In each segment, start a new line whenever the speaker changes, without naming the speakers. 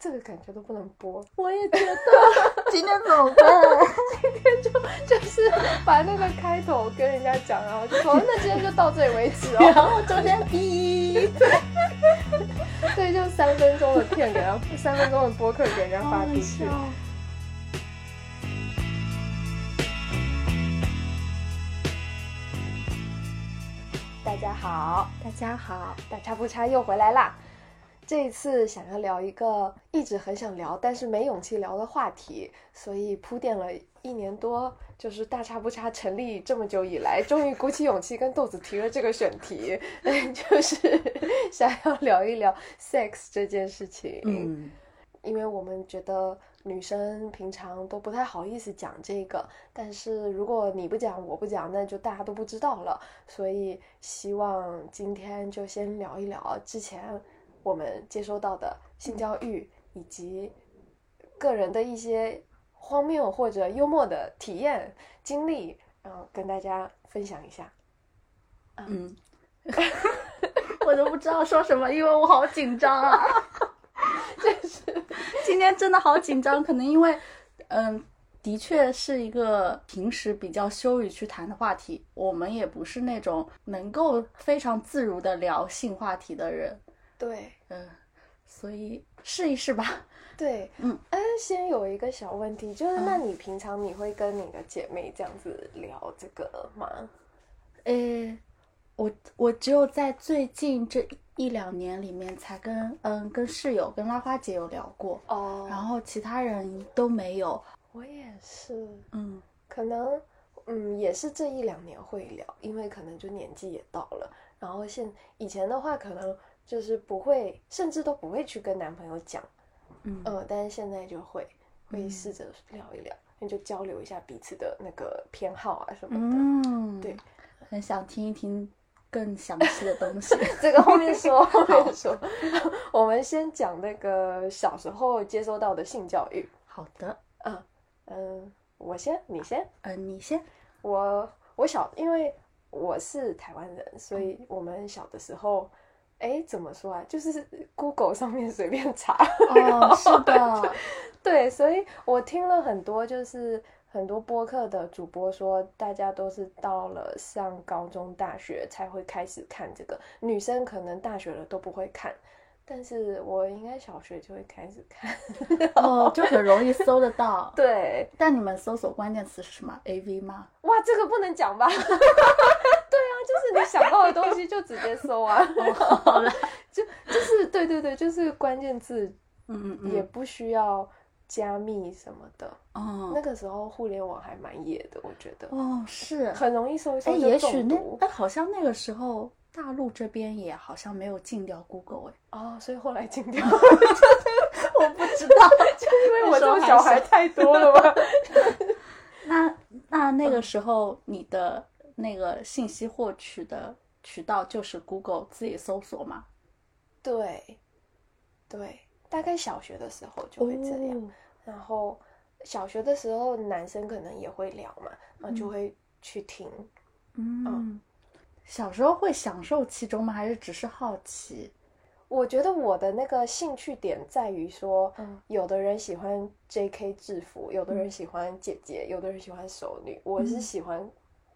这个感觉都不能播，
我也觉 得今天怎么办？
就是把那个开头跟人家讲，然后就说哦那今天就到这里为止 哦，
然后中间哔，
对，就三分钟的片给他，三分钟的播客给人家发出去。大家好，
大家好，
大差不差又回来啦。这一次想要聊一个一直很想聊，但是没勇气聊的话题，所以铺垫了一年多，就是大差不差成立这么久以来，终于鼓起勇气跟豆子提了这个选题， 就是想要聊一聊 sex 这件事情。，
嗯，
因为我们觉得女生平常都不太好意思讲这个，但是如果你不讲，我不讲，那就大家都不知道了。所以希望今天就先聊一聊之前我们接收到的性教育以及个人的一些荒谬或者幽默的体验经历，然后跟大家分享一下。
嗯，我都不知道说什么，因为我好紧张 啊。就是今天真的好紧张，可能因为，嗯，的确是一个平时比较羞于去谈的话题，我们也不是那种能够非常自如的聊性话题的人，
对
嗯，所以试一试吧。
对，
嗯，
哎，先有一个小问题，就是那你平常你会跟你的姐妹这样子聊这个吗？
诶，我我只有在最近这一两年里面才跟嗯跟室友跟拉花姐有聊过，
哦，
然后其他人都没有。
我也是，
嗯，
可能，嗯，也是这一两年会聊，因为可能就年纪也到了，然后现以前的话可能就是不会，甚至都不会去跟男朋友讲，
嗯
呃，但是现在就会会
嗯
试着聊一聊，那就交流一下彼此的那个偏好啊什么的，
嗯，
对，
很想听一听更详细的东西。
这个后面说，后面说， 我们先讲那个小时候接收到的性教育
好的，
啊，嗯，我先，你先。
嗯，你先。
我我小，因为我是台湾人，所以我们小的时候，哎，怎么说啊？就是 Google 上面随便查，
哦，是的，
对，所以我听了很多，就是很多播客的主播说，大家都是到了上高中、大学才会开始看这个，女生可能大学了都不会看，但是我应该小学就会开始看，
哦，就很容易搜得到。
对，
但你们搜索关键词是什么？A V 吗？
哇，这个不能讲吧？对 啊，就是你想到的东西就直接搜啊。
哦好了，
就就是对对对，就是关键字
嗯
也
嗯
不需要加密什么的。
嗯，
那
哦
个时候互联网还蛮野的，我觉得
哦是。
很容易搜一搜
哎，也
就
许
中
那
毒
哎，好像那个时候大陆这边也好像没有禁掉 Google 哎，
哦，所以后来禁 掉，
我 不知道。
因为我
那
这
时候
种
还
小孩
小
太多了吧。
那那那个时候你的那个信息获取的渠道就是 Google 自己搜索嘛？
对，对，大概小学的时候就会这样。
哦
然后小学的时候，男生可能也会聊嘛，然后就
嗯
会去听。
嗯，小时候会享受其中吗？还是只是好奇？
我觉得我的那个兴趣点在于说，
嗯
有的人喜欢 J.K. 制服，有的人喜欢姐姐，有的人喜欢熟女。我是
嗯
喜欢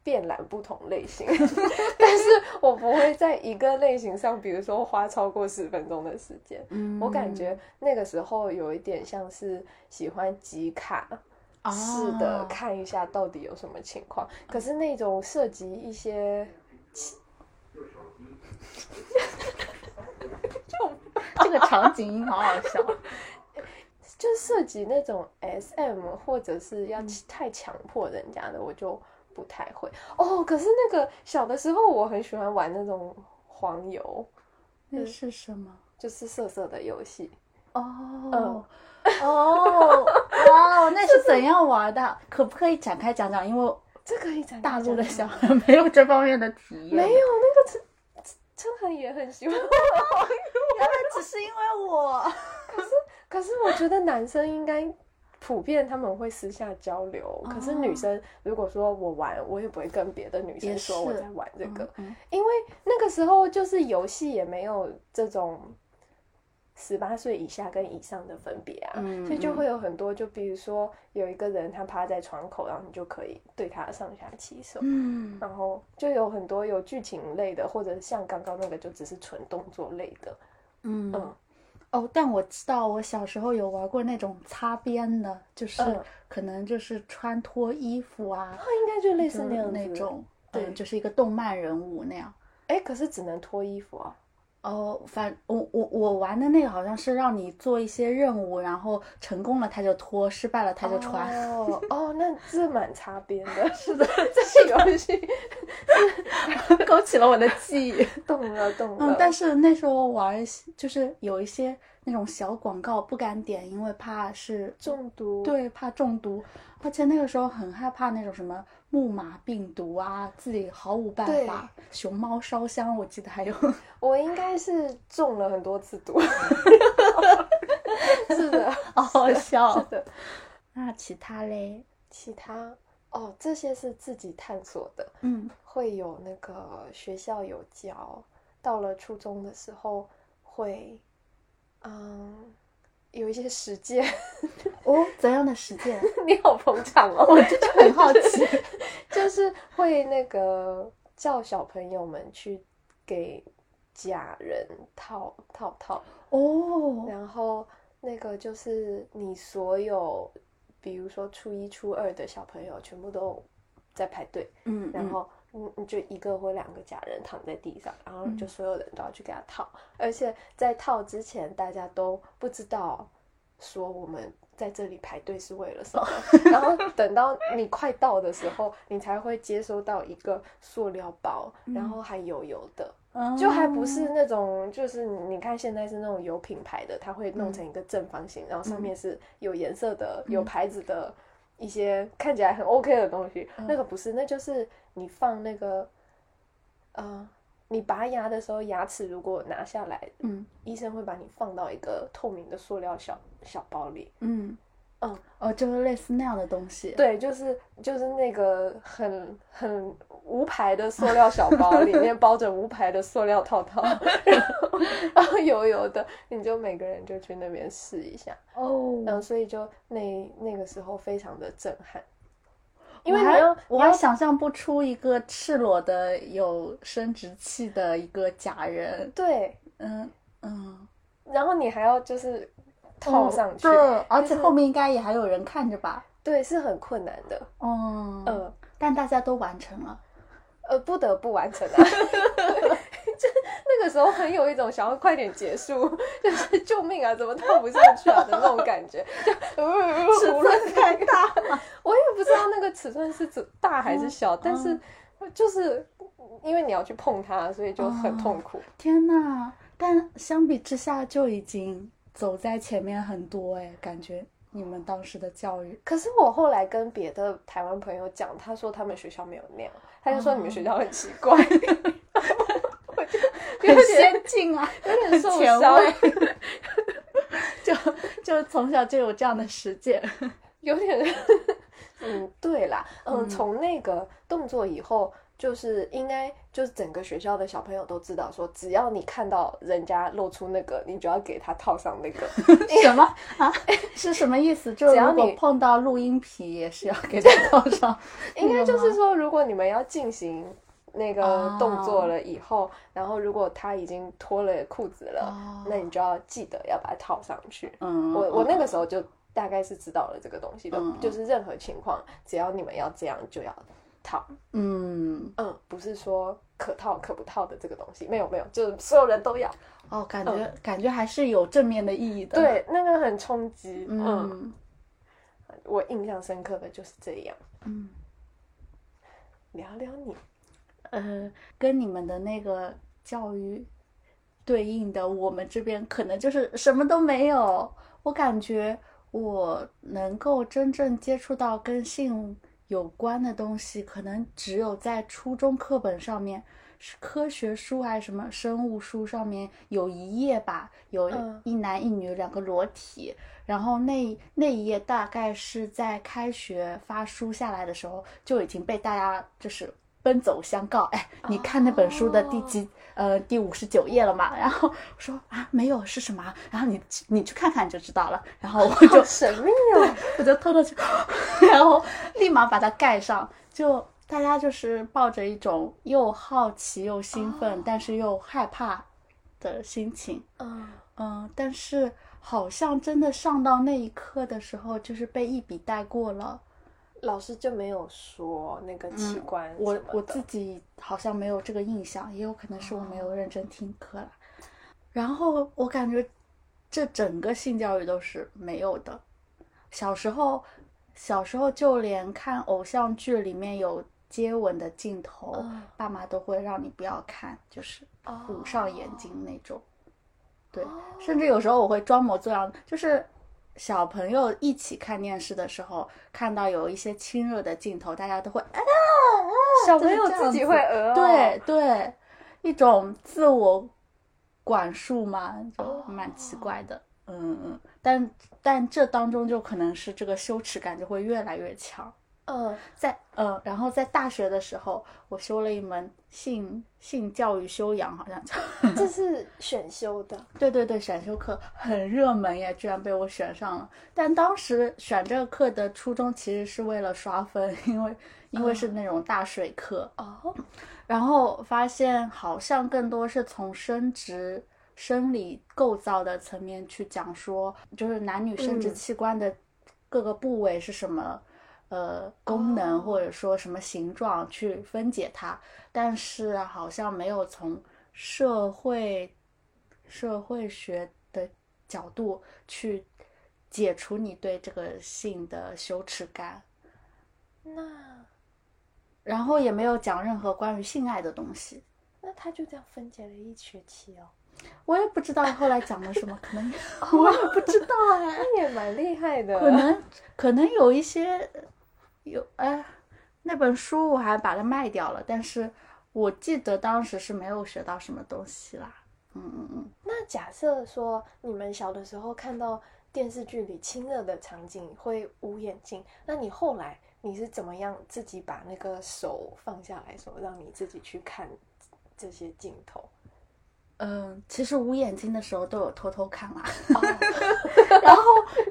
遍览不同类型， 但是我不会在一个类型上，比如说花超过十分钟的时间。
嗯
我感觉那个时候有一点像是喜欢集卡式的
哦嗯
看一下到底有什么情况，可是那种涉及一些。
这个场景音好好笑。
就涉及那种 SM 或者是要
嗯
太强迫人家的，我就不太会哦。可是那个小的时候，我很喜欢玩那种黄油，
那是什么？
就是色色的游戏。
哦哦，哇哦，那是怎样玩的？可不可以展开讲讲？因为
这可以展开
大陆的
讲
小
吗
孩没有这方面的体验，
没有那个陈陈陈恒也很喜欢，
原来啊只是因为 我。
可是我觉得男生应该。普遍他们会私下交流，可是女生如果说我玩，我也不会跟别的女生
哦也
说我
是
在玩这个，
嗯，
因为那个时候就是游戏也没有这种十八岁以下跟以上的分别啊，
嗯
所以就会有很多，就比如说有一个人他趴在窗口，然后你就可以对他上下其手，
嗯
然后就有很多有剧情类的，或者像刚刚那个就只是纯动作类的，
嗯
嗯
哦，但我知道我小时候有玩过那种擦边的，就是
嗯
可能就是穿脱衣服啊，
那应该就类
就
似那样子
那。种，
对
嗯，就是一个动漫人物那样。
哎，可是只能脱衣服啊。
哦，反我我我玩的那个好像是让你做一些任务，然后成功了他就脱，失败了他就穿。
哦哦，那这蛮擦边的。是的，这个游戏
勾起了我的记忆。
懂了懂了。
嗯，但
是
是那时候玩一些就是有一些那种小广告不敢点，因为怕是
中毒，
对怕中毒，而且那个时候很害怕那种什么木马病毒啊，自己毫无办
对
法。熊猫烧香，我记得 还有
我应该是中了很多次 毒。是的，
好好
是
笑。
的。
那其他嘞？
其他哦，这些是自己探索的，
嗯
会有那个学校有教，到了初中的时候会，嗯，有一些实践。
哦，怎样的实践？
你好捧场哦，
我真的很好 奇。
就是会那个叫小朋友们去给假人套套套，
哦，
然后那个就是你所有，比如说初一、初二的小朋友全部都在排队，
嗯，
然
嗯
后你你就一个或两个假人躺在地上，然后就
嗯
所有人都要去给他套，而且在套之前大家都不知道说我们在这里排队是为了什么，
哦
然 后等到你快到的时候，你才会接收到一个塑料包，然
嗯
后还油油的，就还不是
哦
那种，就是你看现在是那种有品牌的，它会弄
嗯
成一个正方形，然后上
嗯
面是有颜色的、有
嗯
牌子的一些看起来很 OK 的东西。那
嗯
个不是，那就是你放那个，呃，你拔牙的时候，牙齿如果拿下来，
嗯
医生会把你放到一个透明的塑料小小包里。
嗯
嗯，
哦，就是类似那样的东西。
对，就是就是那个很很无牌的塑料小 包，里面包着无牌的塑料套 套，然后然后油油的，你就每个人就去那边试一下，
哦，
然后所以就那那个时候非常的震撼，因为
我
你
还
要
我
你
还
要
想象不出一个赤裸的有生殖器的一个假人，
对，
嗯嗯，
然后你还要就是套上去，
哦对，而且
就是
后面应该也还有人看着吧，
对，是很困难的，
哦，
呃
但大家都完成了，
呃，不得不完成 啊。就那个时候很有一种想要快点结束，就是救命啊，怎么套不上去啊的那种感觉，就 呃
尺
无论
寸太大了，哦
我也不知道那个尺寸是指大还是小，但是
嗯
就是因为你要去碰它，所以就很
哦
痛苦。
天呐，但相比之下就已经走在前面很多哎，感觉你们当时的教育，
可是我后来跟别的台湾朋友讲，他说他们学校没有那样，他就说你们学校很奇怪，
哦
我就有
很
点
先进啊，
有点
很
受
前
伤，
卫， 就就从小就有这样的实 践，
有点， 嗯，对啦，嗯，
嗯
从那个动作以后，就是应该就是整个学校的小朋友都知道说，只要你看到人家露出那个，你就要给他套上那个。
什么啊？是什么意思？就
只
是
要
如果
你。
碰到录音皮，也是要给它套上
应该就是
那个吗
说，如果你们要进行那个
啊
动作了以后，然后如果他已经脱了裤子了，
哦
那你就要记得要把它套上去。
嗯，
我我那
嗯
个时候就大概是知道了这个东西的，
嗯
就是任何情况，只要你们要这样就要套。
嗯，
嗯，不是说可套可不套的这个东西，没有没有，就是所有人都要。
哦，感觉、感觉还是有正面的意义的。，
对，那个很冲击。嗯，
嗯
我印象深刻的就是这样。
嗯
聊聊你，
呃，跟你们的那个教育对应的，我们这边可能就是什么都没有。我感觉我能够真正接触到跟性有关的东西，可能只有在初中课本上面，是科学书还是什么生物书上面有一页吧，有
嗯
一男一女两个裸体，然后那那一页大概是在开学发书下来的时候就已经被大家就是。奔走相告，哎，你看那本书的第几、呃第五十九页了嘛？然后我说啊没有是什么啊？然后你你去看看你就知道了。然后我就
好神 秘哦。
我就偷偷去， 然后立马把它盖上。就大家就是抱着一种又好奇又兴奋，但是又害怕的心情。
嗯，
嗯，但是好像真的上到那一刻的时候，就是被一笔带过了。
老师就没有说那个器官什么
我
的、
我自己好像没有这个印象，也有可能是我没有认真听课了。然后我感觉这整个性教育都是没有的。小时候，小时候就连看偶像剧里面有接吻的镜头，
嗯
爸妈都会让你不要看，就是
哦
捂上眼睛那种。对，甚至有时候我会装模作样，就是小朋友一起看电视的时候，看到有一些亲热的镜头，大家都会啊，小朋友
就是这样
自己
子
会
呃哦
对对，一种自我管束嘛，就
哦
蛮奇怪的。嗯嗯，但但这当中就可能是这个羞耻感就会越来越强。
嗯
在嗯，然后在大学的时候，我修了一门性性教育修养，好像叫。
这是选修的，
对对对，选修课很热门耶，居然被我选上了。但当时选这个课的初衷其实是为了刷分，因为因为是那种大水课，
哦，
然后发现好像更多是从生殖生理构造的层面去讲说，就是男女生殖
嗯
器官的各个部位是什么。呃，功能
哦
或者说什么形状去分解它，但是啊好像没有从社会社会学的角度去解除你对这个性的羞耻感，
那
然后也没有讲任何关于性爱的东西。
那他就这样分解了一学期 哦，
我也不知道后来讲了什么，可能 我也不知道哎，
那也蛮厉害的。
可能可能有一些有哎，那本书我还把它卖掉了，但是我记得当时是没有学到什么东西啦。嗯嗯嗯，
那假设说你们小的时候看到电视剧里亲热的场景会捂眼睛，那你后来你是怎么样自己把那个手放下来说，让你自己去看这些镜头？
嗯，其实捂眼睛的时候都有偷偷看啦。
哦
然后，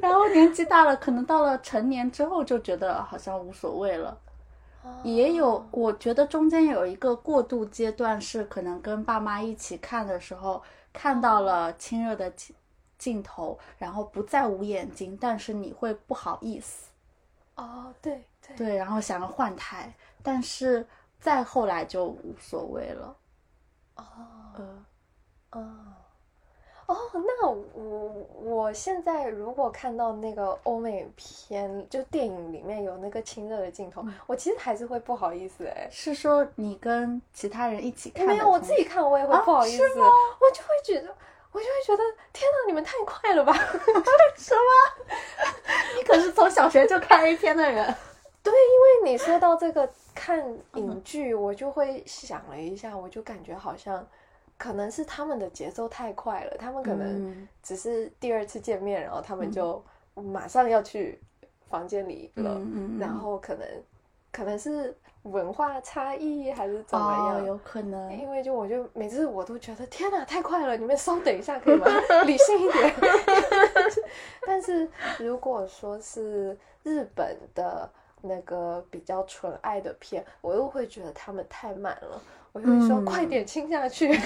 然后年纪大了，可能到了成年之后就觉得好像无所谓了。 也有，我觉得中间有一个过渡阶段是可能跟爸妈一起看的时候，看到了亲热的镜镜头，然后不再捂眼睛，但是你会不好意思，
哦，对对，
对，然后想要换台，但是再后来就无所谓了。
哦，
呃，
哦，哦，那我我现在如果看到那个欧美片，就电影里面有那个亲热的镜
嗯
头，我其实还是会不好意思哎。
是说你跟其他人一起看的
没有，我
同
自己看我也会
啊
不好意
是
思，
吗
我就会觉得，我就会觉得，天哪，你们太快了吧？
什么？你可是从小学就看 A 片的 人。
对，因为你说到这个看
嗯
影剧，我就会想了一下，我就感觉好像可能是他们的节奏太快了，他们可
嗯
能只是第二次见面，然后他们就马上要去房间里了，
嗯
然后可能可能是文化差异还是怎么
哦
样，，
有可能。
因为就我就每次我都觉得天哪，太快了！你们稍等一下可以吗？理性一点。 但是如果说是日本的那个比较纯爱的片，我又会觉得他们太慢了，我就会说
嗯
快点亲下去。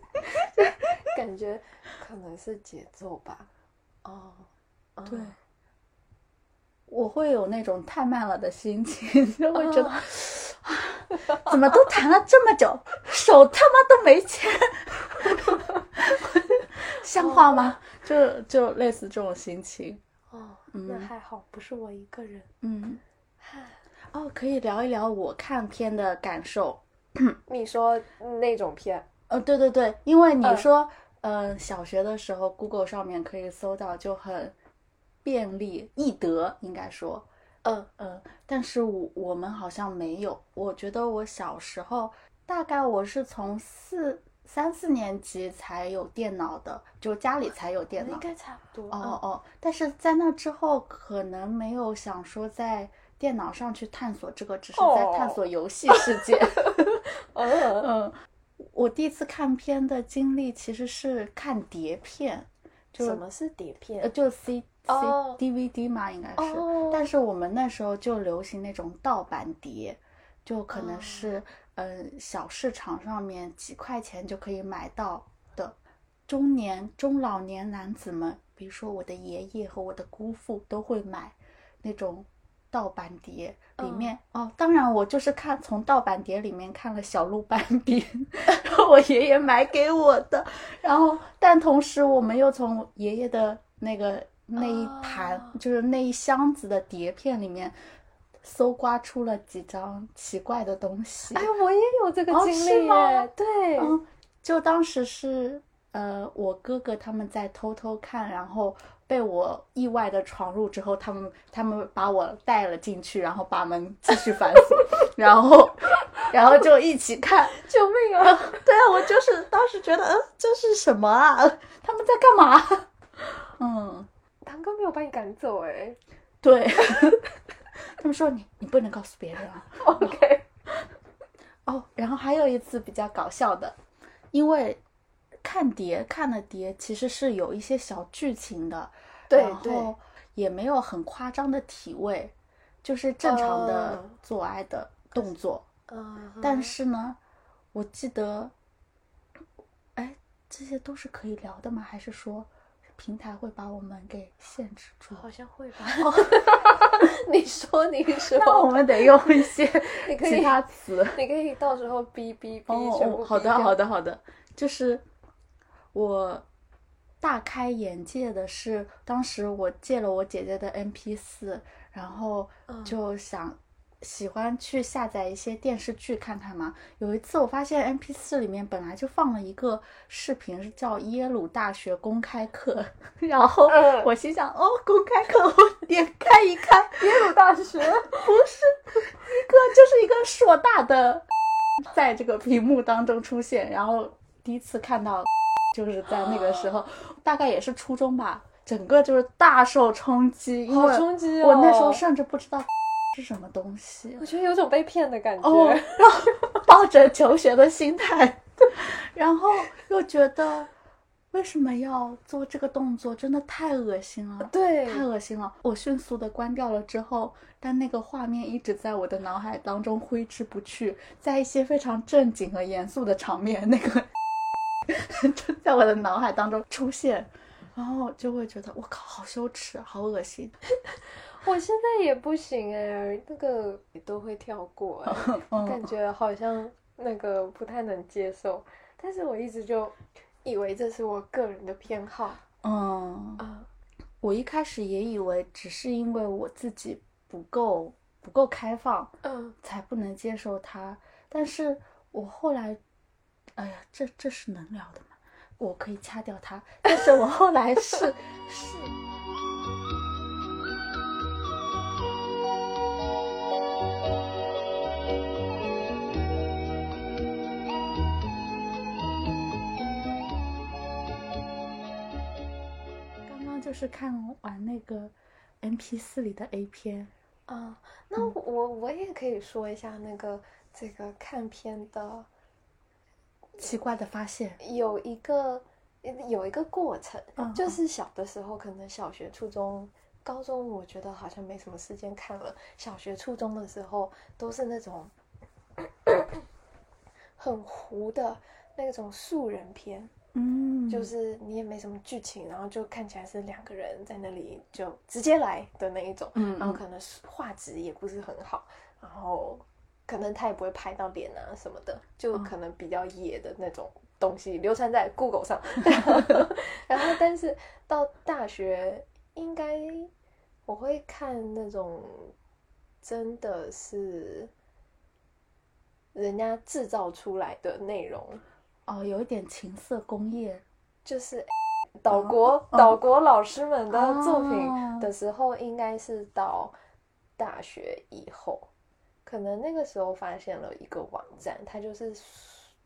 感觉可能是节奏吧。哦，嗯
对，我会有那种太慢了的心情，就会觉得、啊，怎么都谈了这么久，手他妈都没 牵，像话吗？就就类似这种心情。
哦，
嗯
那还好，不是我一个人。
嗯，哦，可以聊一聊我看片的感受。
你说那种片，
呃，对对对，因为你
嗯
说，呃，小学的时候，Google 上面可以搜到，就很便利易得，应该说，
嗯
嗯，但是我我们好像没有。我觉得我小时候，大概我是从四三四年级才有电脑的，就家里才有电
应
脑。哦
该差不多。
哦哦，但是在那之后，可能没有想说在电脑上去探索这个，只是在探
哦
索游戏世 界。
嗯，
嗯，我第一次看片的经历其实是看碟片，就
什么是碟
呃，
片？
就 C C
哦
DVD 嘛，应该是。
哦
但是我们那时候就流行那种盗版碟，就可能是嗯、呃小市场上面几块钱就可以买到的。中年中老年男子们，比如说我的爷爷和我的姑父都会买那种。盗版碟里面、哦，当然我就是看从盗版碟里面看了《小鹿斑比》， 然后我爷爷买给我的，然后，但同时我们又从爷爷的那个那一盘，
哦
就是那一箱子的碟片里面，搜刮出了几张奇怪的东西。
哎，我也有这个
哦
经
是
历
吗
耶，对，
嗯，就当时是呃，我哥哥他们在偷偷看，然后被我意外的闯入之后，他们他们把我带了进去，然后把门继续反锁，然后 然后就一起看。
救命啊！
对啊，我就是当时觉得，嗯，这是什么啊？他们在干嘛？ 嗯，
堂哥没有把你赶走哎。
对， 他们说你你不能告诉别人啊。
OK，
哦，然后还有一次比较搞笑的，因为看碟看了碟，其实是有一些小剧情的，
对
然
对
后也没有很夸张的体位，就是正常的
嗯
做爱的动作。
嗯，
但是呢，我记得，哎，这些都是可以聊的吗？还是说平台会把我们给限制住？
好像会吧？ 你说，你说，
那我们得用一些
你 可以
其他词。
你可以到时候哔哔
哦
哔，全部
哦，好
哔
的，
掉
好。的，好的，就是我大开眼界的是，当时我借了我姐姐的 MP 四，然后
嗯
就想喜欢去下载一些电视剧看看嘛。有一次我发现 MP 四里面本来就放了一个视频，是叫耶鲁大学公开课， 然后
嗯
我心想，哦，公开课， 我点开一看，
耶鲁 大 学，
一个就是一个硕大的在这个屏幕当中出现，然后第一次看到就是在那个时候，大概也是初中吧，整个就是大受冲击，因
好
为
冲击哦！
我那时候，甚至不知道是什么东西
我觉得有种被骗的感觉。
哦，然后抱着求学的心态， 然后又觉得为什么要做这个动作，真的太恶心了。
对，
太恶心了！我迅速的关掉了之后，但那个画面一直在我的脑海当中挥之不去，在一些非常正经和严肃的场面，那个 就在我的脑海当中出现，然后就会觉得我靠，好羞耻，好恶心。
我现在也不行哎，那个也都会跳 过哎，
嗯
感觉好像那个不太能接受。但是我一直就以为这是我个人的偏好
嗯，
啊。
我一开始也以为只是因为我自己不够不够开放，
嗯，
才不能接受它。但是我后来，哎呀，这这是能聊的吗？我可以掐掉它。但是我后来是 是，刚刚就是看完那个 M P 四里的 A 片，嗯
啊，那我我也可以说一下那个这个看片的
奇怪的发现，
有一个有一个过程，
嗯
就是小的时候可能小学、初中、高中，我觉得好像没什么时间看了。小学、初中的时候都是那 种很糊的那种素人片，
嗯，
就是你也没什么剧情，然后就看起来是两个人在那里就直接来的那一种，
嗯
然后
嗯
可能是画质也不是很好，然后可能他也不会拍到脸啊什么的，就
嗯
可能比较野的那种东西流传在 Google 上， 然后但是到大学应该我会看那种真的是人家制造出来的内容，
哦，有一点情色工业
就是岛国、
哦
岛国老师们的作
哦
品的时候，应该是到大学以后，可能那个时候发现了一个网站，它就是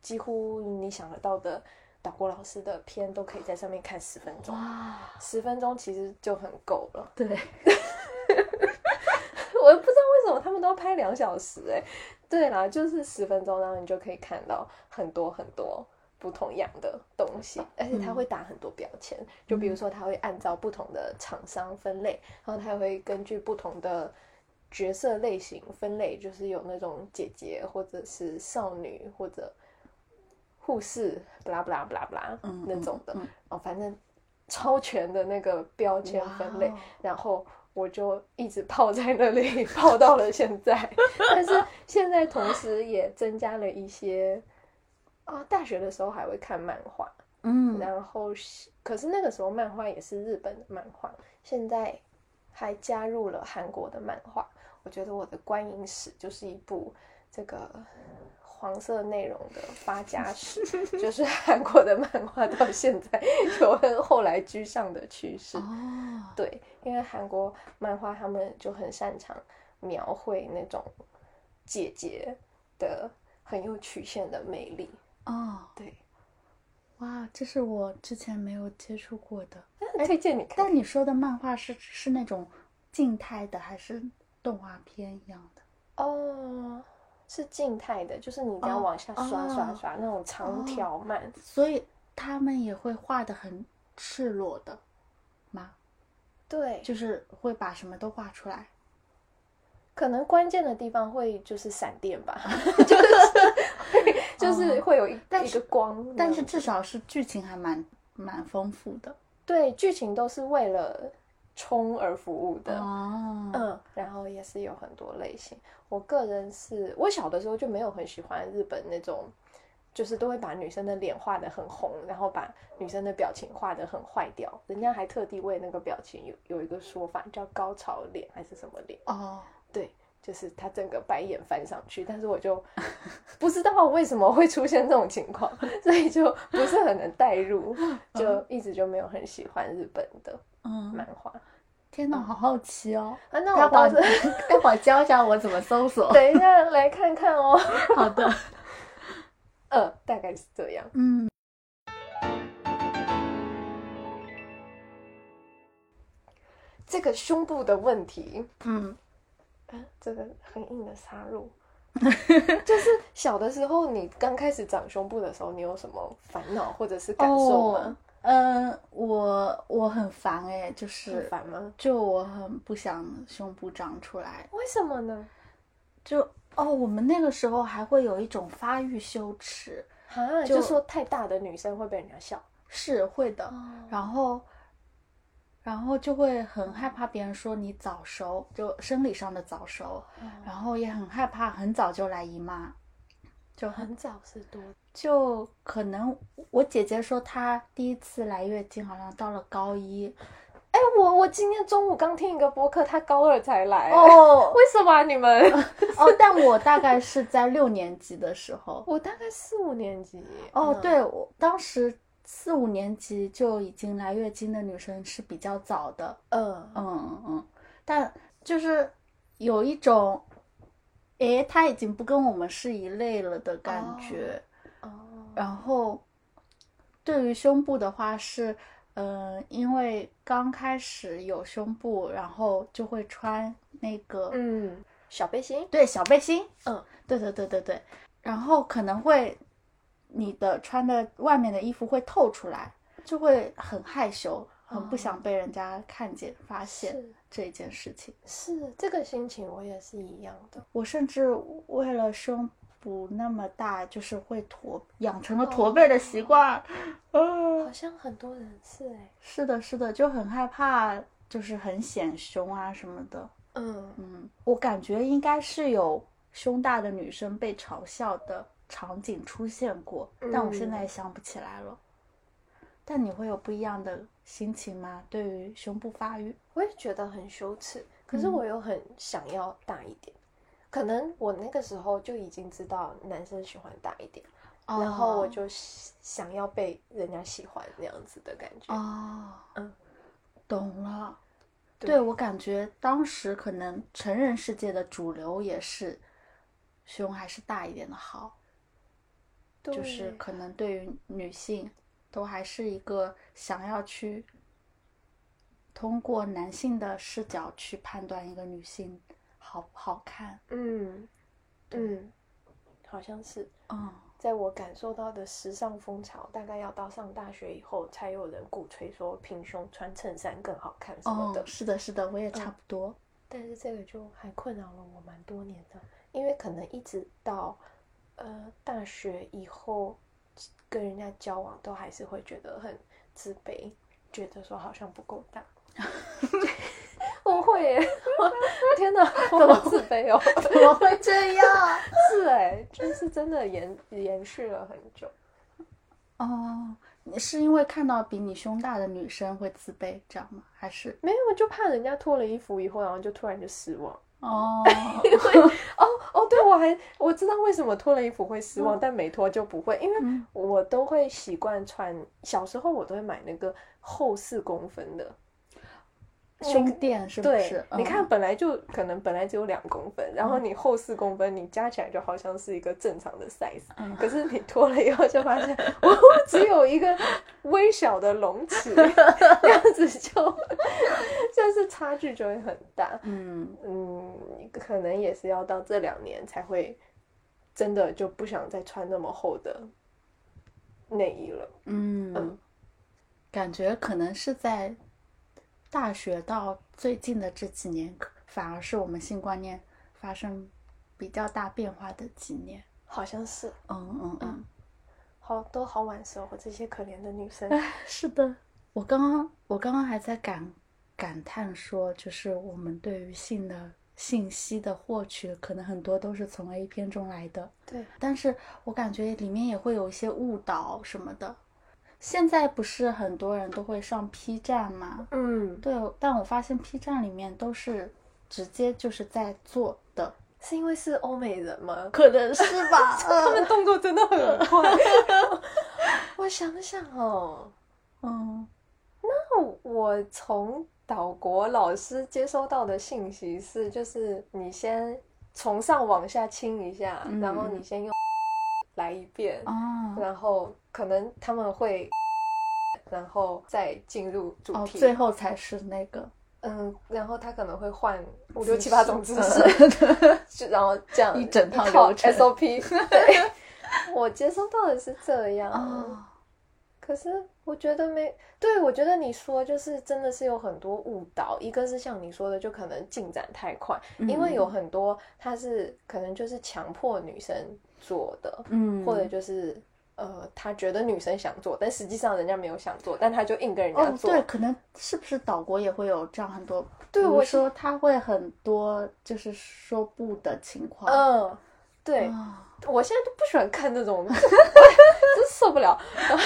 几乎你想得到的岛国老师的片都可以在上面看十分钟，
哇，
十分钟其实就很够了。
对，
我不知道为什什么他们都要拍两小时、欸？哎，对啦，就是十分钟，然后你就可以看到很多很多不同样的东西，而且它
嗯
会打很多标签，就比如说它会按照不同的厂商分类，然后它会根据不同的。角色类型分类就是有那种姐姐，或者是少女，或者护士，不啦不啦不啦不啦
嗯，
那种的
嗯嗯
哦，反正超全的那个标签分类
哇哦。
然后我就一直泡在那里，泡到了现在。 但是现在同时也增加了一些啊、大学的时候还会看漫画，
嗯
然后是可是那个时候漫画也是日本的漫画，现在还加入了韩国的漫画。我觉得我的观影史就是一部这个黄色内容的发家史， 就是韩国的漫画到现在 有很后来居上的趋势。
哦，
对，因为韩国漫画他们就很擅长描绘那种姐姐的很有曲线的魅力。
哦，
对，
哇，这是我之前没有接触过的。
但推荐你看。
但你说的漫画是是那种静态的，还是动画片一样的？
哦，是静态的，就是你这样
哦
往下刷刷
哦
刷、那种长条漫，
所以他们也会画的很赤裸的吗？
对，
就是会把什么都画出来。
可能关键的地方会就是闪电 吧，就是 会就是
哦
会有一、
但
一
是
个光那样子，
但是至少是剧情还蛮蛮丰富的。
对剧情都是为了冲而服务的。
哦，
嗯，然后也是有很多类型。我个人是我小的时候就没有很喜欢日本那种，就是都会把女生的脸画得很红，然后把女生的表情画得很坏掉。人家还特地为那个表情有有一个说法叫高潮脸还是什么脸，
哦，
对，就是他整个白眼翻上去。但是我就不知道为什么会出现这种情况， 所以就不是很能代入，就一直就没有很喜欢日本的
嗯，
漫画。
天哪，好好奇哦。
啊，那
待
我
会儿
倒是
待会儿教教我怎么搜 索。
等一下来看看哦。
好的，
呃，大概是这样。
嗯，
这个胸部的问题，
嗯，
啊这个很硬的杀入， 就是小的时候你刚开始长胸部的时候，你有什么烦恼或者是感受吗？
嗯，哦我我很烦哎，就是
很烦吗？
就我很不想胸部长出来，
为什么呢？
就哦，我们那个时候还会有一种发育羞耻，
啊，
就
就说太大的女生会被人家笑。
是会的，
哦，
然后，然后就会很害怕别人说你早熟，就生理上的早熟，然后也很害怕很早就来姨妈，就很
很早是多
就可能我姐姐说她第一次来月经好像到了高一
哎、我我今天中午刚听一个播客，他高二才来，
哦
为什么啊、你 们？
哦，但我大概是在六年级的时候，
我大概四五年级。
哦，
嗯，
对，我当时四五年级就已经来月经的女生是比较早的，
嗯
嗯嗯嗯，但就是有一种，诶，她已经不跟我们是一类了的感觉。
哦，
然后，对于胸部的话是，嗯、因为刚开始有胸部，然后就会穿那个，
嗯，小背心，
对，小背心，
嗯，
对对对对对，然后可能会你的穿的外面的衣服会透出来，就会很害羞，很不想被人家看见、发现
哦是
这件事情。
是这个心情，我也是一样的。
我甚至为了胸不那么大，就是会驼，养成了驼背的习
哦
惯。嗯
好像很多人是哎、
是的，是的，就很害怕，就是很显胸啊什么的。
嗯，
嗯，我感觉应该是有胸大的女生被嘲笑的场景出现过，但我现在也想不起来了。但你会有不一样的心情吗？对于胸部发育？
我也觉得很羞耻，可是
嗯
我又很想要大一点。可能我那个时候就已经知道男生喜欢大一点，
哦
然后我就喜想要被人家喜欢那样子的感觉。
哦，
嗯，
懂了。
对
我感觉当时可能成人世界的主流也是胸还是大一点的好。
对
就是可能对于女性，都还是一个想要去通过男性的视角去判断一个女性好好不好看，
嗯
对
嗯，好像是。
嗯，
在我感受到的时尚风潮，大概要到上大学以后，才有人鼓吹说平胸穿衬衫更好看什么的。
哦，是的，是的，我也差不多，
但是这个就还困扰了我蛮多年的，因为可能一直到呃大学以后跟人家交往，都还是会觉得很自卑，觉得说好像不够大。我会耶， 我天哪，我好自卑哦。
怎么会这样？
是哎，就是真的延延续了很久。
哦，你是因为看到比你胸大的女生会自卑，这样吗？还是
没有，就怕人家脱了衣服以后，然后就突然就失望。
哦，
因为哦哦，对我还我知道为什么脱了衣服会失望，但没脱就不会，因为
嗯
我都会习惯穿。小时候我都会买那个厚四公分的，
胸垫是不
对
是？，
你看
嗯，
本来就可能本来只有两公分，然后你厚四公分，你加起来就好像是一个正常的 size，、
嗯
可是你脱了以后就发现我只有一个微小的隆起， 这样子就 就是差距就会很大。
嗯，
嗯，可能也是要到这两年才会真的就不想再穿那么厚的内衣了。
嗯
嗯，
感觉可能是在大学到最近的这几年，可反而是我们性观念发生比较大变化的几年。
好像是，
嗯嗯嗯，
好都好晚熟，这些可怜的女生。
是的。我刚刚我刚刚还在感感叹说，就是我们对于性的信息的获取，可能很多都是从 A 片中来的。
对，
但是我感觉里面也会有一些误导什么的。现在不是很多人都会上 P 站嘛？
嗯，
对，但我发现 P 站里面都是直接就是在做的，
是因为是欧美人吗？
可能是吧？
他
嗯
们 动作真的很快。 我想想哦，
嗯
那我从岛国老师接收到的信息是，就是你先从上往下清一下，
嗯
然后你先用 来一遍，
啊
然后可能他们会，然后再进入主
哦，
题，
最后才是那个
嗯，然后他可能会换五
姿
六七八种姿势，
嗯
就然后这样
一整套
套
流程
SOP 对。我接收到的是这样，
哦，
可是我觉得没对，我觉得你说就是真的是有很多误导，一个是像你说的，就可能进展太快，因为
嗯
有很多他是可能就是强迫女生做的，
嗯，
或者就是呃，他觉得女生想做，但实际上人家没有想做，但他就硬跟人家
哦，
做。
对，可能是不是岛国也会有这样很多？
对
比如
我是
说他会很多就是说不的情况。
嗯，对，
啊
我现在就不喜欢看那种， 真受不了。然后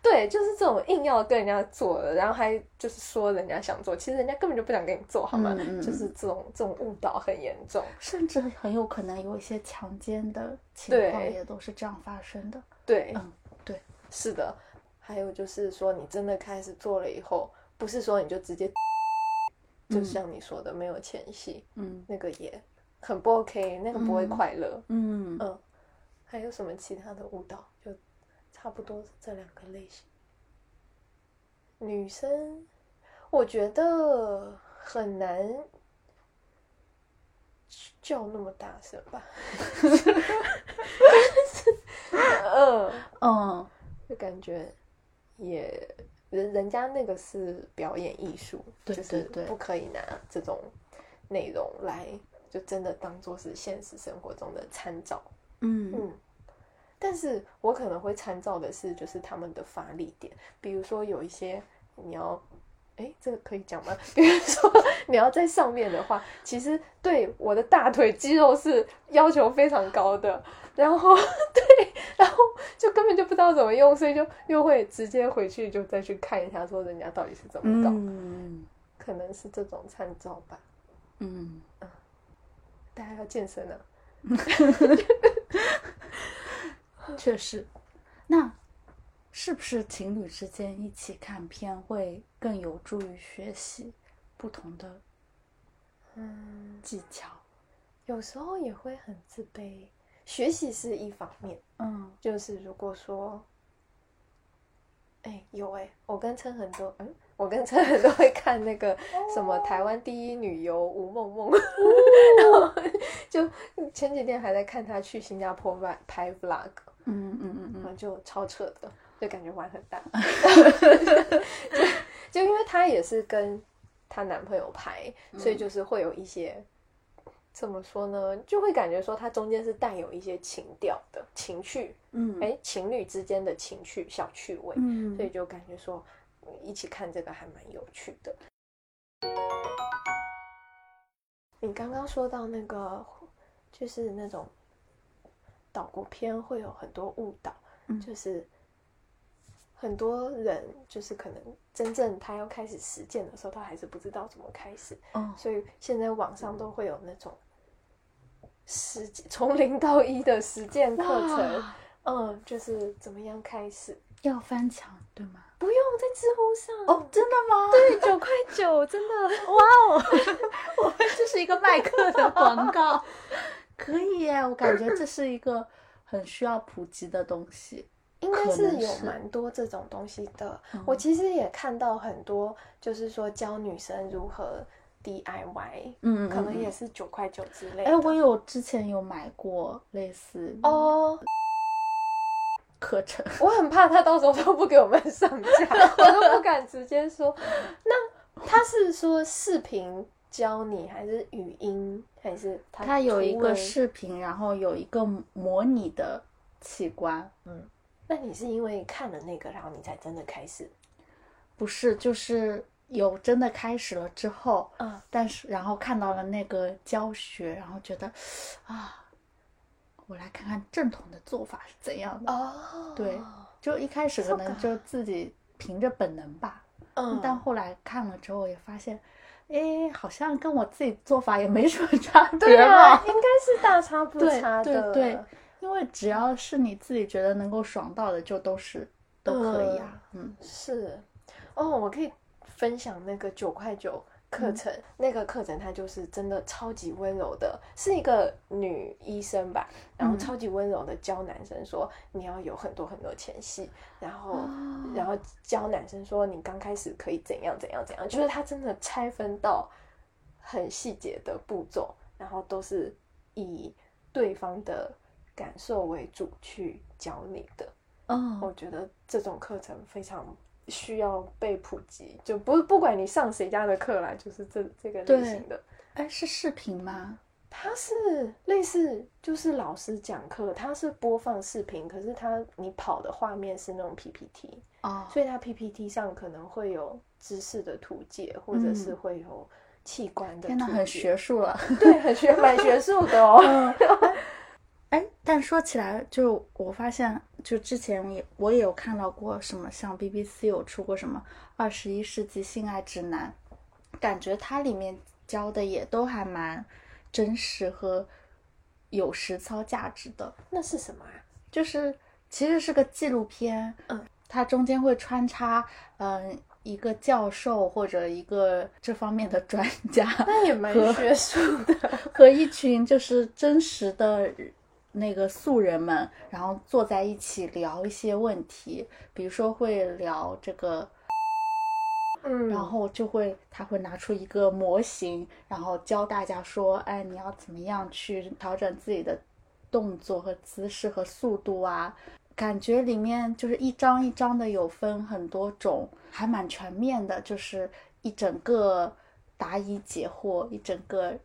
对，就是这种硬要跟人家做的，然后还就是说人家想做，其实人家根本就不想跟你做，好吗？
嗯嗯
就是这种这种误导很严重。
甚至很有可能有一些强奸的情况
对
也都是这样发生的。
对，
嗯对，
是的。还有就是说，你真的开始做了以后，不是说你就直接，就
嗯
像你说的，没有前戏，
嗯
那个也很不 OK，那个不会
嗯
快乐。
嗯
嗯，还有什么其他的舞蹈？就差不多是这两个类型。女生，我觉得很难叫那么大声吧。 嗯，
嗯
就感觉也人人家那个是表演艺术，
对
就是
对对
不可以拿这种内容来就真的当做是现实生活中的参照。
嗯
嗯，但是我可能会参照的是，就是他们的发力点，比如说有一些你要，哎，这个可以讲吗？ 比如说你要在上面的话，其实对我的大腿肌肉是要求非常高的，然后 对，然后就根本就不知道怎么用，所以就又会直接回去就再去看一下，说人家到底是怎么搞，
嗯
可能是这种参照吧。
嗯，
大家要健身啊，
确实。那是不是情侣之间一起看片会更有助于学习不同的
嗯。
技巧？
有时候也会很自卑。学习是一方面，
嗯
就是如果说，哎、有哎、我跟琛很多，嗯，我跟陈晨都会看那个什么台湾第一女优吴梦梦，然后就前几天还在看她去新加坡拍拍 vlog，
嗯嗯嗯
然
嗯，
后就超扯的，就感觉玩很大，就就因为她也是跟她男朋友拍，
嗯
所以就是会有一些。怎么说呢？就会感觉说她中间是带有一些情调的情趣，
嗯，
哎，情侣之间的情趣小趣味，
嗯，
所以就感觉说嗯一起看这个还蛮有趣的。你刚刚说到那个，就是那种岛国片会有很多误导，
嗯
就是很多人就是可能真正他要开始实践的时候，他还是不知道怎么开始，
哦，
所以现在网上都会有那种实践从零到一的实践课程，
哇
嗯，就是怎么样开始，
要翻墙对吗？
不用在知乎上
哦，真的吗？ 对，
对，九块九，真的。
我们这是一个卖课的广告， 可以耶！我感觉这是一个很需要普及的东西。
应该
可
是
能
有
是
蛮多这种东西的。
嗯
我其实也看到很多，就是说教女生如何 DIY，、
嗯
可能也是九块九之类的。
哎，我有之前有买过类似
哦，
课程，
我很怕他到时候都不给我们上 架，我都不敢直接 说。那他是说视频教你，还是语音，还是他
它有一
图
个
文？
视频，然后有一个模拟的器官，
那你是因为看了那个，然后你才真的开始？
不是就是有真的开始了之后，
嗯，
但是然后看到了那个教学，然后觉得啊，我来看看正统的做法是怎样的。
哦，
对就一开始可能
So-ka
就自己凭着本能吧，
嗯，
但后来看了之后也发现，哎，好像跟我自己做法也没什么差别
对啊
吧，。
应该是大差不
对
差的。
对对，因为只要是你自己觉得能够爽到的，就都是都可以啊。嗯，
是。哦，我可以分享那个九块九课程，那个课程它就是真的超级温柔的，是一个女医生吧，然后
嗯
超级温柔的教男生说你要有很多很多前戏，然后、然后教男生说你刚开始可以怎样怎样怎样，就是他真的拆分到很细节的步骤，然后都是以对方的感受为主去教你的。
哦，
我觉得这种课程非常需要被普及，就不不管你上谁家的课啦，就是这这个类型的。
哎，是视频吗？
它是类似就是老师讲课，它是播放视频，可是它你跑的画面是那种 PPT，
哦，
所以它 PPT 上可能会有知识的图解，或者是会有器官的
嗯天哪，
图解。
很学术 了。
对，很学，蛮学术的 哦。
嗯，哎，但说起来，就我发现，就之前也我也有看到过什么，像 BBC 有出过什么《二十一世纪性爱指南》，感觉它里面教的也都还蛮真实和有实操价值的。
那是什么啊？
就是其实是个纪录片，
嗯，
它中间会穿插，嗯、一个教授或者一个这方面的专家，
那也蛮
和
学术的。
和一群就是真实的那个素人们，然后坐在一起聊一些问题，比如说会聊这个，
嗯，
然后就会他会拿出一个模型，然后教大家说，哎，你要怎么样去调整自己的动作和姿势和速度啊。感觉里面就是一张一张的有分很多种，还蛮全面的，就是一整个答疑解惑，一整个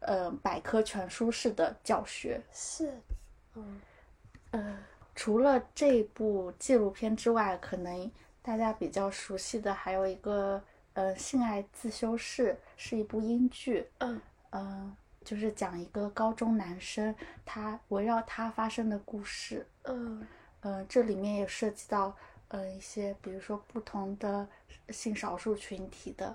呃百科全书式的教学。
是，嗯，
呃，除了这部纪录片之外，可能大家比较熟悉的还有一个呃《性爱自修室》，是一部英剧，
嗯，
呃，就是讲一个高中男生，他围绕他发生的故事。
嗯，
嗯、这里面也涉及到呃一些，比如说不同的性少数群体的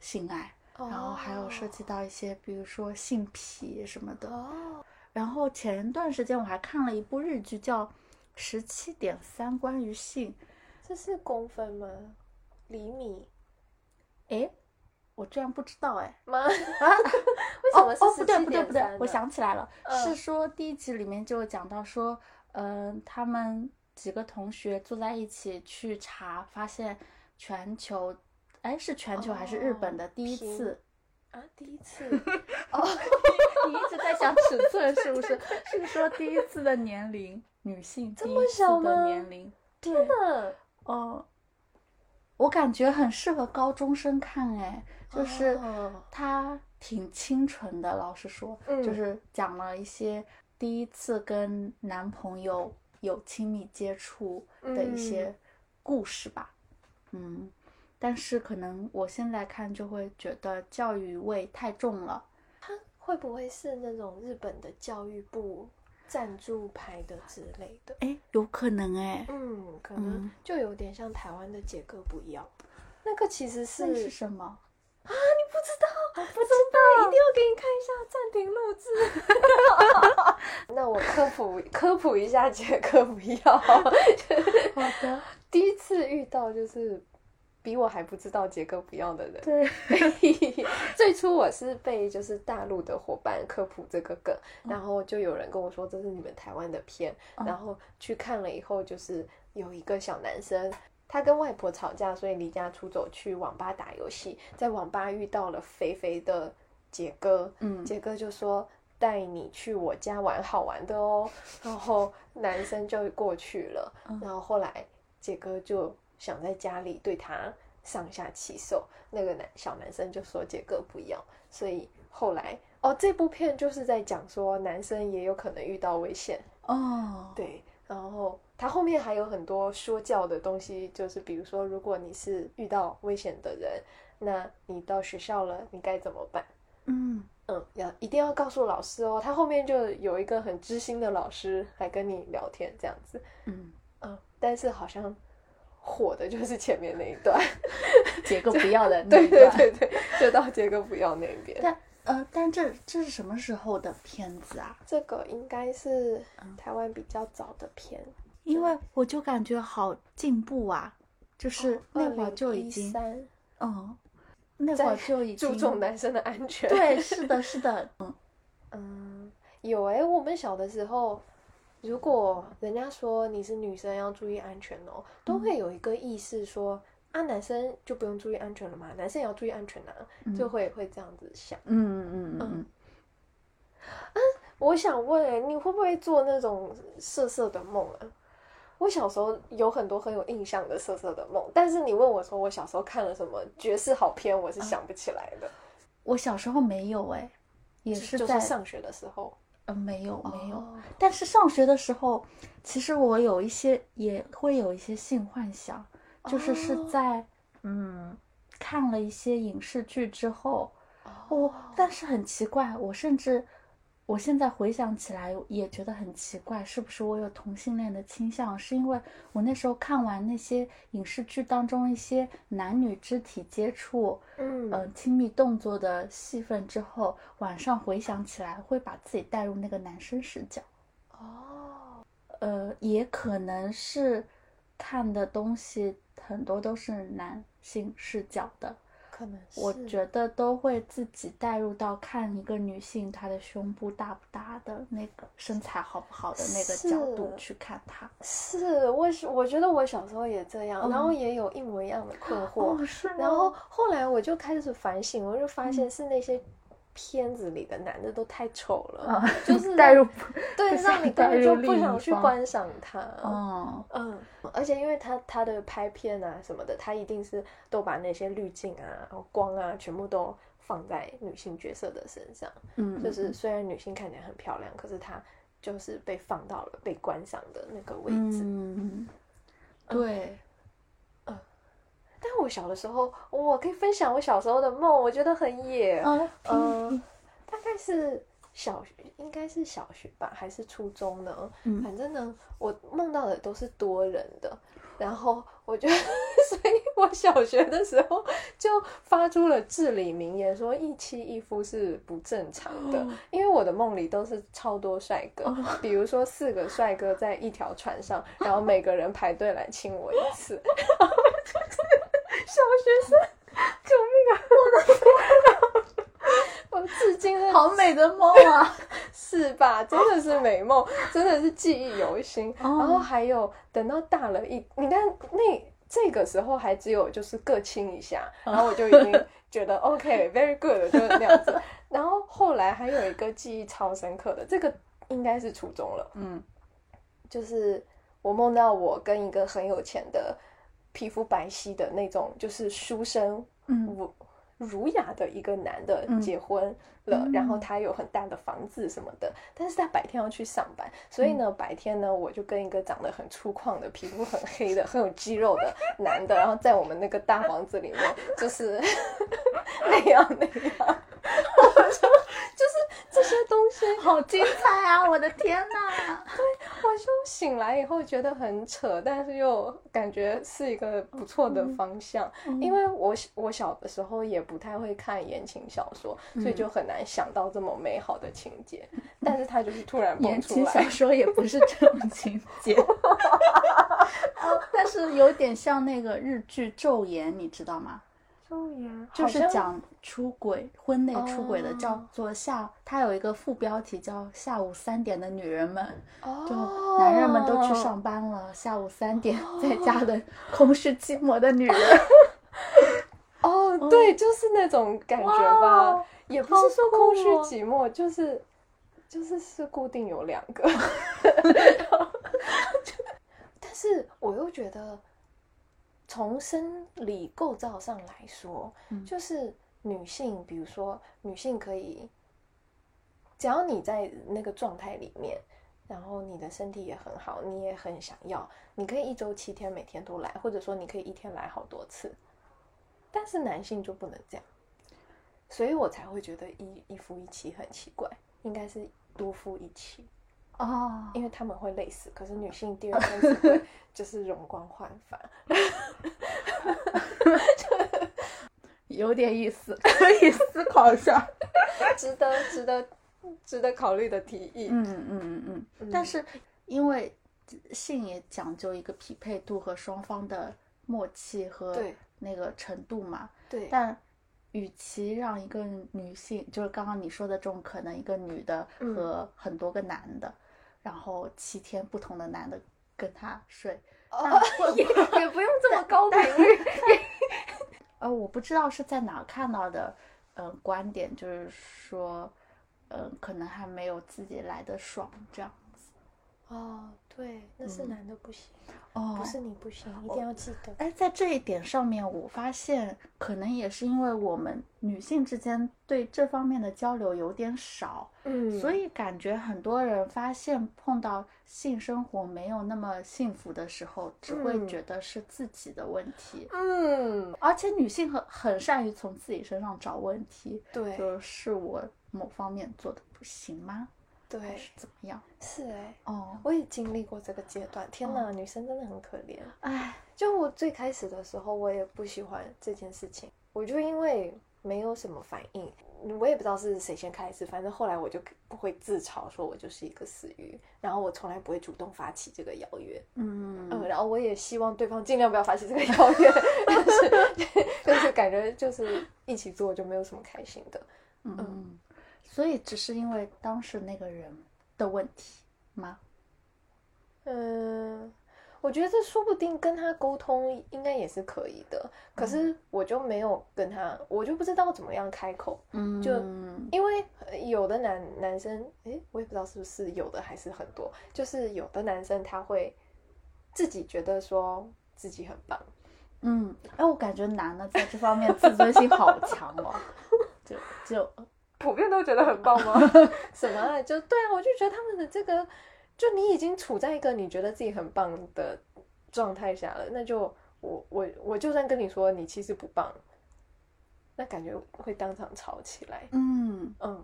性爱，然后还有涉及到一些，比如说性癖什么的。
哦，
然后前段时间我还看了一部日剧，叫《十七点三关于性》。
这是公分吗？厘米
诶，我居然不知道诶。
吗？ 为
啊，
什么是
哦哦，
十
不对
七
不对
点
不对
三？，啊
我想起来了，
嗯
是说第一集里面就讲到说，嗯、他们几个同学坐在一起去查，发现全球哎，是全球还是日本的
哦
第一
平
次？
啊，第一次哦，
你一直在想尺寸是不是？ 是说第一次的年龄，女性第
么
一次
小吗
的年龄？
真的
哦，我感觉很适合高中生看，哎，就是
哦
它挺清纯的，老实说，
嗯
就是讲了一些第一次跟男朋友有亲密接触的一些故事吧，嗯。但是可能我现在看就会觉得教育味太重了，
会不会是那种日本的教育部赞助拍的之类的？
哎，有可能哎，
嗯，可能
嗯
就有点像台湾的杰哥不要，那个其实是
那是什么？
不知道，不知道，一定要给你看一下暂停录制。 那我科普科普一哦下杰哥不要，
好的，
第一次遇到就是比我还不知道杰哥不要的人。
对，
最初我是被就是大陆的伙伴科普这个梗，然后就有人跟我说这是你们台湾的片，
嗯
然后去看了以后，就是有一个小男生。他跟外婆吵架，所以离家出走去网吧打游戏，在网吧遇到了肥肥的杰哥，
嗯，
杰哥就说带你去我家玩好玩的哦，然后男生就过去了，
嗯
然后后来杰哥就想在家里对他上下其手，那个男小男生就说杰哥不要，所以后来哦这部片就是在讲说男生也有可能遇到危险，
哦，
对，然后它后面还有很多说教的东西，就是比如说，如果你是遇到危险的人，那你到学校了，你该怎么办？
嗯，
嗯，要一定要告诉老师哦。他后面就有一个很知心的老师来跟你聊天，这样子。
嗯，
嗯，但是好像火的就是前面那一段，
杰哥不要 的那
对
一
对
段。
对对，就到杰哥不要那边。
但呃，但这这是什么时候的片子啊？
这个应该是台湾比较早的片，
因为我就感觉好进步啊，就是那会儿就已经，
2013
嗯，那会儿就已经
注重男生的安全。，
对，是的，是 的，嗯，
嗯，有诶，我们小的时候，如果人家说你是女生要注意安全哦，都
嗯
会有一个意识说啊，男生就不用注意安全了嘛，男生也要注意安全啊，就会会这样子想。
嗯嗯嗯嗯嗯，
我想问诶，你会不会做那种色色的梦啊？我小时候有很多很有印象的色色的梦，但是你问我说我小时候看了什么绝世好片，
啊
我是想不起来的。
我小时候没有哎，也
就是就
在
是上学的时候，
呃没有没有，
哦
但是上学的时候，其实我有一些也会有一些性幻想，就是是
哦
在、嗯看了一些影视剧之后，
哦
我但是很奇怪，我甚至我现在回想起来也觉得很奇怪，是不是我有同性恋的倾向？是因为我那时候看完那些影视剧当中一些男女肢体接触，
嗯
嗯、亲密动作的戏份之后，晚上回想起来会把自己带入那个男生视角。
哦，
呃，也可能是看的东西很多都是男性视角的，
可能是
我觉得都会自己带入到看一个女性她的胸部大不大的那个身材好不好的那个角度
是
去看她。
是，我是我觉得我小时候也这样，
嗯
然后也有一模一样的困惑，
哦是
然 后后来我就开始反省，我就
嗯
发现是那些片子里的男的都太丑 了，就是
啊带入，
对，
哦不
让
想
你根
带
本
入
就
另
不
一
想去
方
观赏他。
哦，
嗯，而且因为他他的拍片啊什么的，他一定是都把那些滤镜啊、然后光啊，全部都放在女性角色的身上。
嗯，
就是虽然女性看起来很漂亮，可是她就是被放到了被观赏的那个位置。
嗯，对，
但我小的时候，我可以分享我小时候的梦，我觉得很野。
嗯
嗯、大概是小学，应该是小学吧，还是初中呢？
嗯
反正呢，我梦到的都是多人的。然后我觉得， 所以我小学的时候就发出了至理名言，说一妻一夫是不正常的，因为我的梦里都是超多帅哥，比如说四个帅哥在一条船上，然后每个人排队来亲我一次， 然后就是小学生，救命啊！ 我的天啊我至今都
呃好美的梦啊！
是吧？真的是美梦，真的是记忆犹新。
哦
然后还有等到大了一，你看那这个时候还只有就是各亲一下，然后我就已经觉得 OK，very、good，就是那样子。然后后来还有一个记忆超深刻的，这个应该是初中了，
嗯，
就是我梦到我跟一个很有钱的皮肤白皙的那种，就是书生，
嗯
儒儒雅的一个男的
嗯
结婚了，
嗯
然后他有很大的房子什么的，但是他白天要去上班，所
嗯
以呢，白天呢，我就跟一个长得很粗犷的、皮肤很黑的、很有肌肉的 男的，然后在我们那个大房子里面，就是 那样那样，我 就就是这些东西，
嗯好精彩啊！我的天 哪！
我就醒来以后觉得很扯，但是又感觉是一个不错
嗯
的方向，因为我我小的时候也不太会看言情小说，所以
嗯
就很难想到这么美好的情节，但是它就是突然蹦
言
出
情小
来，
说也不是这种情 节，呃但是有点像那个日剧《昼颜》，你知道吗？就是
好像
讲出轨、婚内出轨的，
哦
叫做下，它有一个副标题叫“下午三点的女人们”，就
哦，
男人们都去上班了，下午三点在家的空虚寂寞的女人，
哦，对，就是那种感觉
哇
吧
哦，
也不是说空虚
好酷哦
寂寞，就是就是是固定有两个，然后 但是我又觉得，从生理构造上来说，
嗯
就是女性，比如说女性可以，只要你在那个状态里面。然后你的身体也很好，你也很想要，你可以一周七天每天都来，或者说你可以一天来好多次，但是男性就不能这样，所以我才会觉得一一夫一妻很奇怪，应该是多夫一妻，
哦，
因为他们会累死，可是女性第二天只 会就是容光焕发。
有点意思， 可以思考一下。
值得值得值得考虑的提议。
嗯嗯嗯嗯，但
嗯
是因为性也讲究一个匹配度和双方的默契和
对
那个程度嘛。
对，
但与其让一个女性，就是刚刚你说的这种，可能一个女的
嗯
和很多个男的，然后七天不同的男的跟她睡，
哦、也 也不用这么高频 率。
呃，我不知道是在哪儿看到的，呃，观点就是说，呃，可能还没有自己来的爽，这样。
哦，对，那是男的不行，
哦
不是你不行，一定要记得。
哎，在这一点上面，我发现可能也是因为我们女性之间对这方面的交流有点少，
嗯
所以感觉很多人发现碰到性生活没有那么幸福的时候，只会
嗯
觉得是自己的问题。
嗯，
而且女性很很善于从自己身上找问题，
对
就是我某方面做的不行吗？还
对
是，怎么样？
是哎、
哦，
我也经历过这个阶段。天哪，女生真的很可怜。
哎，
就我最开始的时候，我也不喜欢这件事情，我就因为没有什么反应，我也不知道是谁先开始，反正后来我就不会自嘲说我就是一个死鱼，然后我从来不会主动发起这个邀约，
嗯
嗯，然后我也希望对方尽量不要发起这个邀约，但是 就是感觉就是一起做就没有什么开心的，
嗯，所以只是因为当时那个人的问题吗？
嗯，我觉得这说不定跟他沟通应该也是可以的，可是我就没有跟他，我就不知道怎么样开口。
嗯
就
就
因为呃有的男男生，诶，我也不知道是不是有的还是很多，就是有的男生他会自己觉得说自己很棒，
嗯，哎，我感觉男的在这方面自尊心好强哦，就就
普遍都觉得很棒吗？ 什么啊？就对啊，我就觉得他们的这个，就你已经处在一个你觉得自己很棒的状态下了，那就我我我就算跟你说你其实不棒，那感觉会当场吵起来。
嗯，
嗯，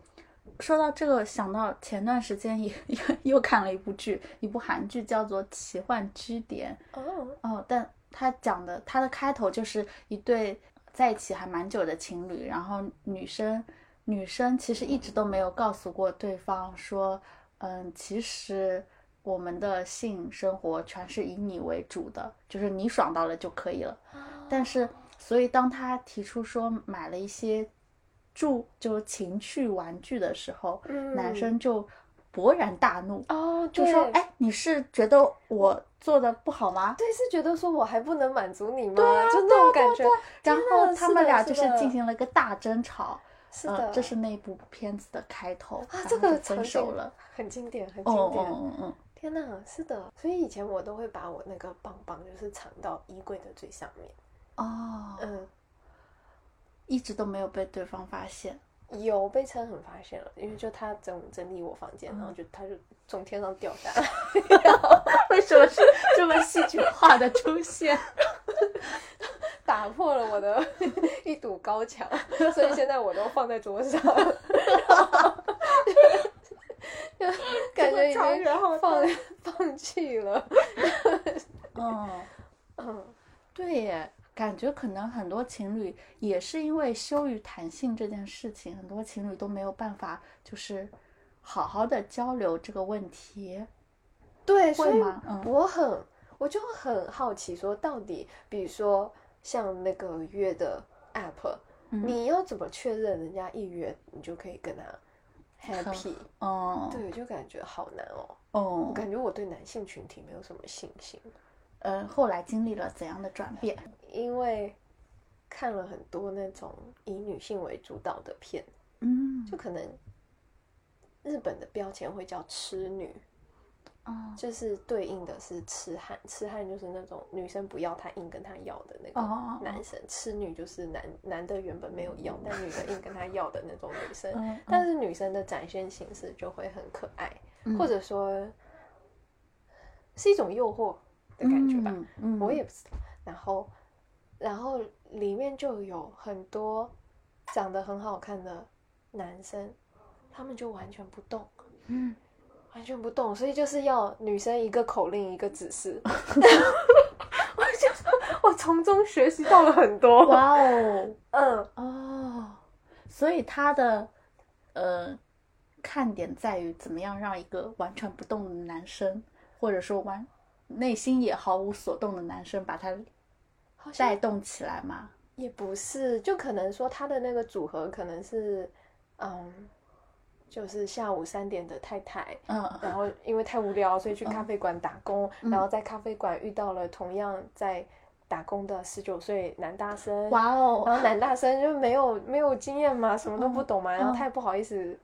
说到这个，想到前段时间也 又又看了一部剧，一部韩剧叫做《奇幻之点》，
哦，
哦，但他讲的他的开头就是一对在一起还蛮久的情侣，然后女生女生其实一直都没有告诉过对方说，嗯，其实我们的性生活全是以你为主的，就是你爽到了就可以了。
哦
但是，所以当他提出说买了一些助就是情趣玩具的时候，
嗯
男生就勃然大怒，
哦，
就
对
说：“哎，你是觉得我做的不好吗？”
对，是觉得说我还不能满足你吗？
啊
就那种感觉。
然
真
后
的
他
是
们
的
俩
是
就是
的
进行了一个大争吵，
是
嗯，
的，
这是那部片子的开头
啊，
然
这
后就
个场
分
景
手了，
很经典，很
哦
经
哦
典。
哦哦，
天呐，是的，所以以前我都会把我那个棒棒就是藏到衣柜的最上面。
哦，
嗯，
一直都没有被对方发 现，
嗯有被陈很发现了，因为就他整整理我房
嗯
间，然后就他就从天上掉下来，
为什么是这么戏剧化的出 现？
打破了我的 一堵高 墙，所以现在我都放在桌上， 感觉已经
后
放放弃了。
嗯，
嗯，
对耶，感觉可能很多情侣也是因为羞于谈性这件事情，很多情侣都没有办法就是好好的交流这个问题，
对，所
会
以
吗？嗯，
我很，我就很好奇，说到底，比如说像那个约的 app，、
嗯
你要怎么确认人家一约你就可以跟他 happy？
哦，
对，就感觉好难哦。
哦
我，感觉我对男性群体没有什么信心，
呃，后来经历了怎样的转变？
因为看了很多那种以女性为主导的片，
嗯，
就可能日本的标签会叫“痴女”，
哦
就是对应的是痴汉，痴汉就是那种女生不要他硬跟他要的那
哦哦哦
个男生，痴女就是男男的原本没有要，但女的硬跟他要的那种女生。
嗯，
但是女生的展现形式就会很可爱，
嗯
或者说是一种诱惑的感觉吧，
嗯嗯
我也不知道。然后，然后里面就有很多长得很好看的男生，他们就完全不动。
嗯
完全不动，所以就是要女生一个口令一个指示。 我就我从中学习到了很多。
哇哦
嗯，
哦，所以他的呃看点在于怎么样让一个完全不动的男生，或者说完内心也毫无所动的男生，把他
好像
带动起来嘛。
也不是，就可能说他的那个组合可能是，嗯，就是下午三点的太太。
嗯
然后因为太无聊，所以去咖啡馆打工，
嗯
然后在咖啡馆遇到了同样在打工的十九岁男大生，
哇哦，
然后男大生就没有没有经验嘛，什么都不懂嘛，
嗯
然后
嗯
他也不好意思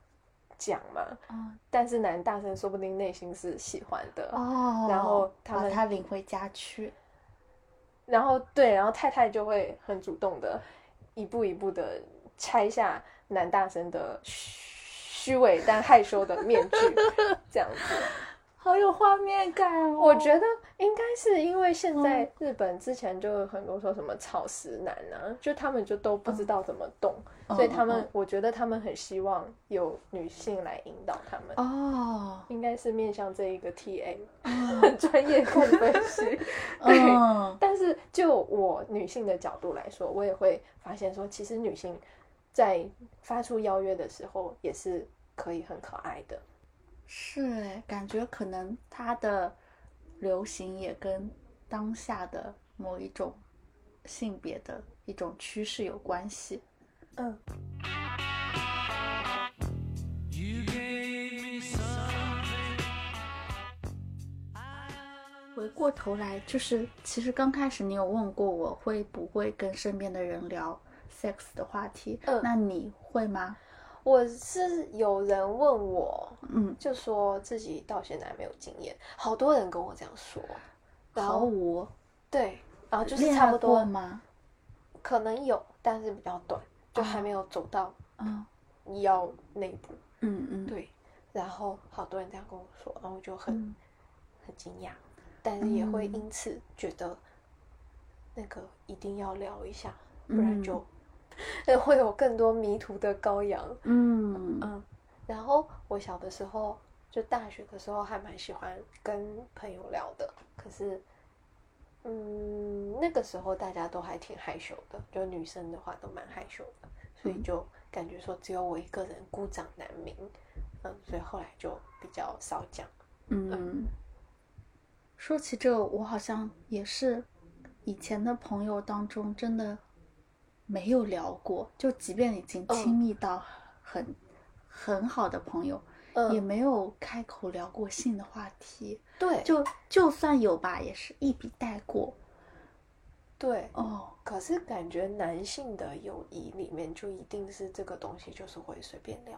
讲嘛，
嗯
但是男大生说不定内心是喜欢的，
哦，
然后他
把
们
他领回家去。
然后对，然后太太就会很主动的，一步一步的拆下男大生的虚虚伪但害羞的面 具，这样
哦
子。
好有画面感哦！
我觉得应该是因为现在
嗯
日本之前就有很多说什么草食男啊，就他们就都不知道怎么动，
嗯
所以他
嗯
们我觉得他们很希望有女性来引导他们。
哦，
应该是面向这一个 TA，、很 专业看分析，对，
嗯
但是就我女性的角度来说，我也会发现说，其实女性在发出邀约的时候，也是可以很可爱的。
是哎，感觉可能它的流行也跟当下的某一种性别的一种趋势有关系。
嗯，
You gave me something.
回过头来，就是其实刚开始你有问过我会不会跟身边的人聊 sex 的话题，
嗯
那你会吗？
我是有人问我，
嗯，
就说自己到现在没有经验，好多人跟我这样说，然
毫
后
无，
对，然后就是
恋
差
爱
不
过
多，
吗？
可能有，但是比较短，就
啊
还没有走到
嗯
腰那一步。
嗯嗯，
对，然后好多人这样跟我说，然后我就很、
嗯
很惊讶，但是也会
嗯
因此觉得那个一定要聊一下，不然
嗯
就、 呃会有更多迷途的羔羊。
嗯
嗯，然后我小的时候，就大学的时候还蛮喜欢跟朋友聊的，可是。嗯，那个时候大家都还挺害羞的，就女生的话都蛮害羞的，所以
嗯
就感觉说只有我一个人孤掌难鸣，嗯，所以后来就比较少讲。
嗯，说起这个，我好像也是以前的朋友当中真的没
嗯
有聊过，就即便已经亲密到很、很好的朋友，
嗯
也没有开口聊过性的话题，
对，
就就算有吧，也是一笔带
哦
过。
对。
哦，
可是感觉男性的友谊里面就一定是这个东西，就是会随便聊。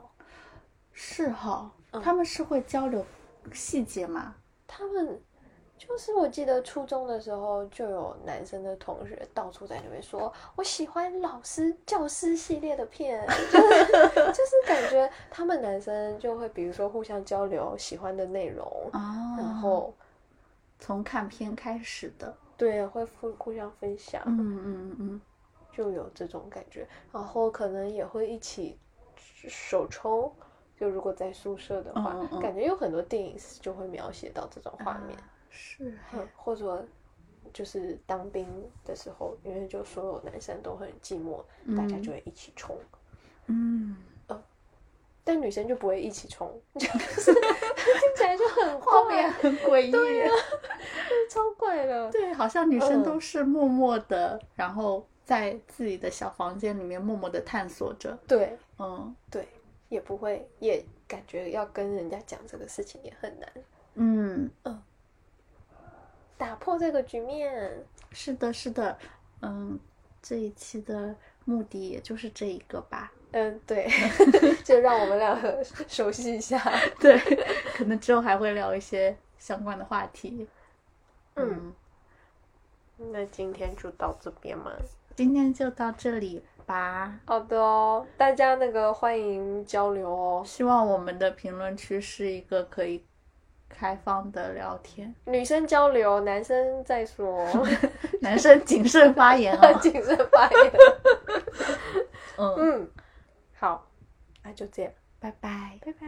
是哈、
嗯
他们是会交流细节吗？
他们就是我记得初中的时候就有男生的同学到处在那边说，我喜欢老师教师系列的片， 就是就是感觉他们男生就会比如说互相交流喜欢的内容，
哦，
然后
从看片开始的。
对会互互相分享，
嗯嗯嗯，
就有这种感觉，然后可能也会一起手抽。就如果在宿舍的话，
嗯嗯嗯
感觉有很多电影是就会描写到这种画面。
啊是哎
嗯，或者就是当兵的时候，因为就所有男生都很寂寞，大家就会一起冲，
嗯，
但女生就不会一起冲，就是 听起来就很
画
怪
面， 很诡异。
对啊， 超怪的。
对，好像女生
嗯
都是默默的，然后在自己的小房间里面默默的探索着。
对
嗯
对，也不会，也感觉要跟人家讲这个事情也很难，
嗯，
打破这个局面。
是的，是的，嗯，这一期的目的也就是这一个吧。
嗯，对，就让我们两个熟悉一下。
对，可能之后还会聊一些相关的话题。
嗯， 那今天就到这边嘛。
今天就到这里吧。
好的哦，大家那个欢迎交流哦。
希望我们的评论区是一个可以开放的聊天，
女生交流，男生再说，
男生谨慎发言哦。
谨慎发言。嗯
嗯，
嗯，好，那就这样，
拜拜。
拜拜。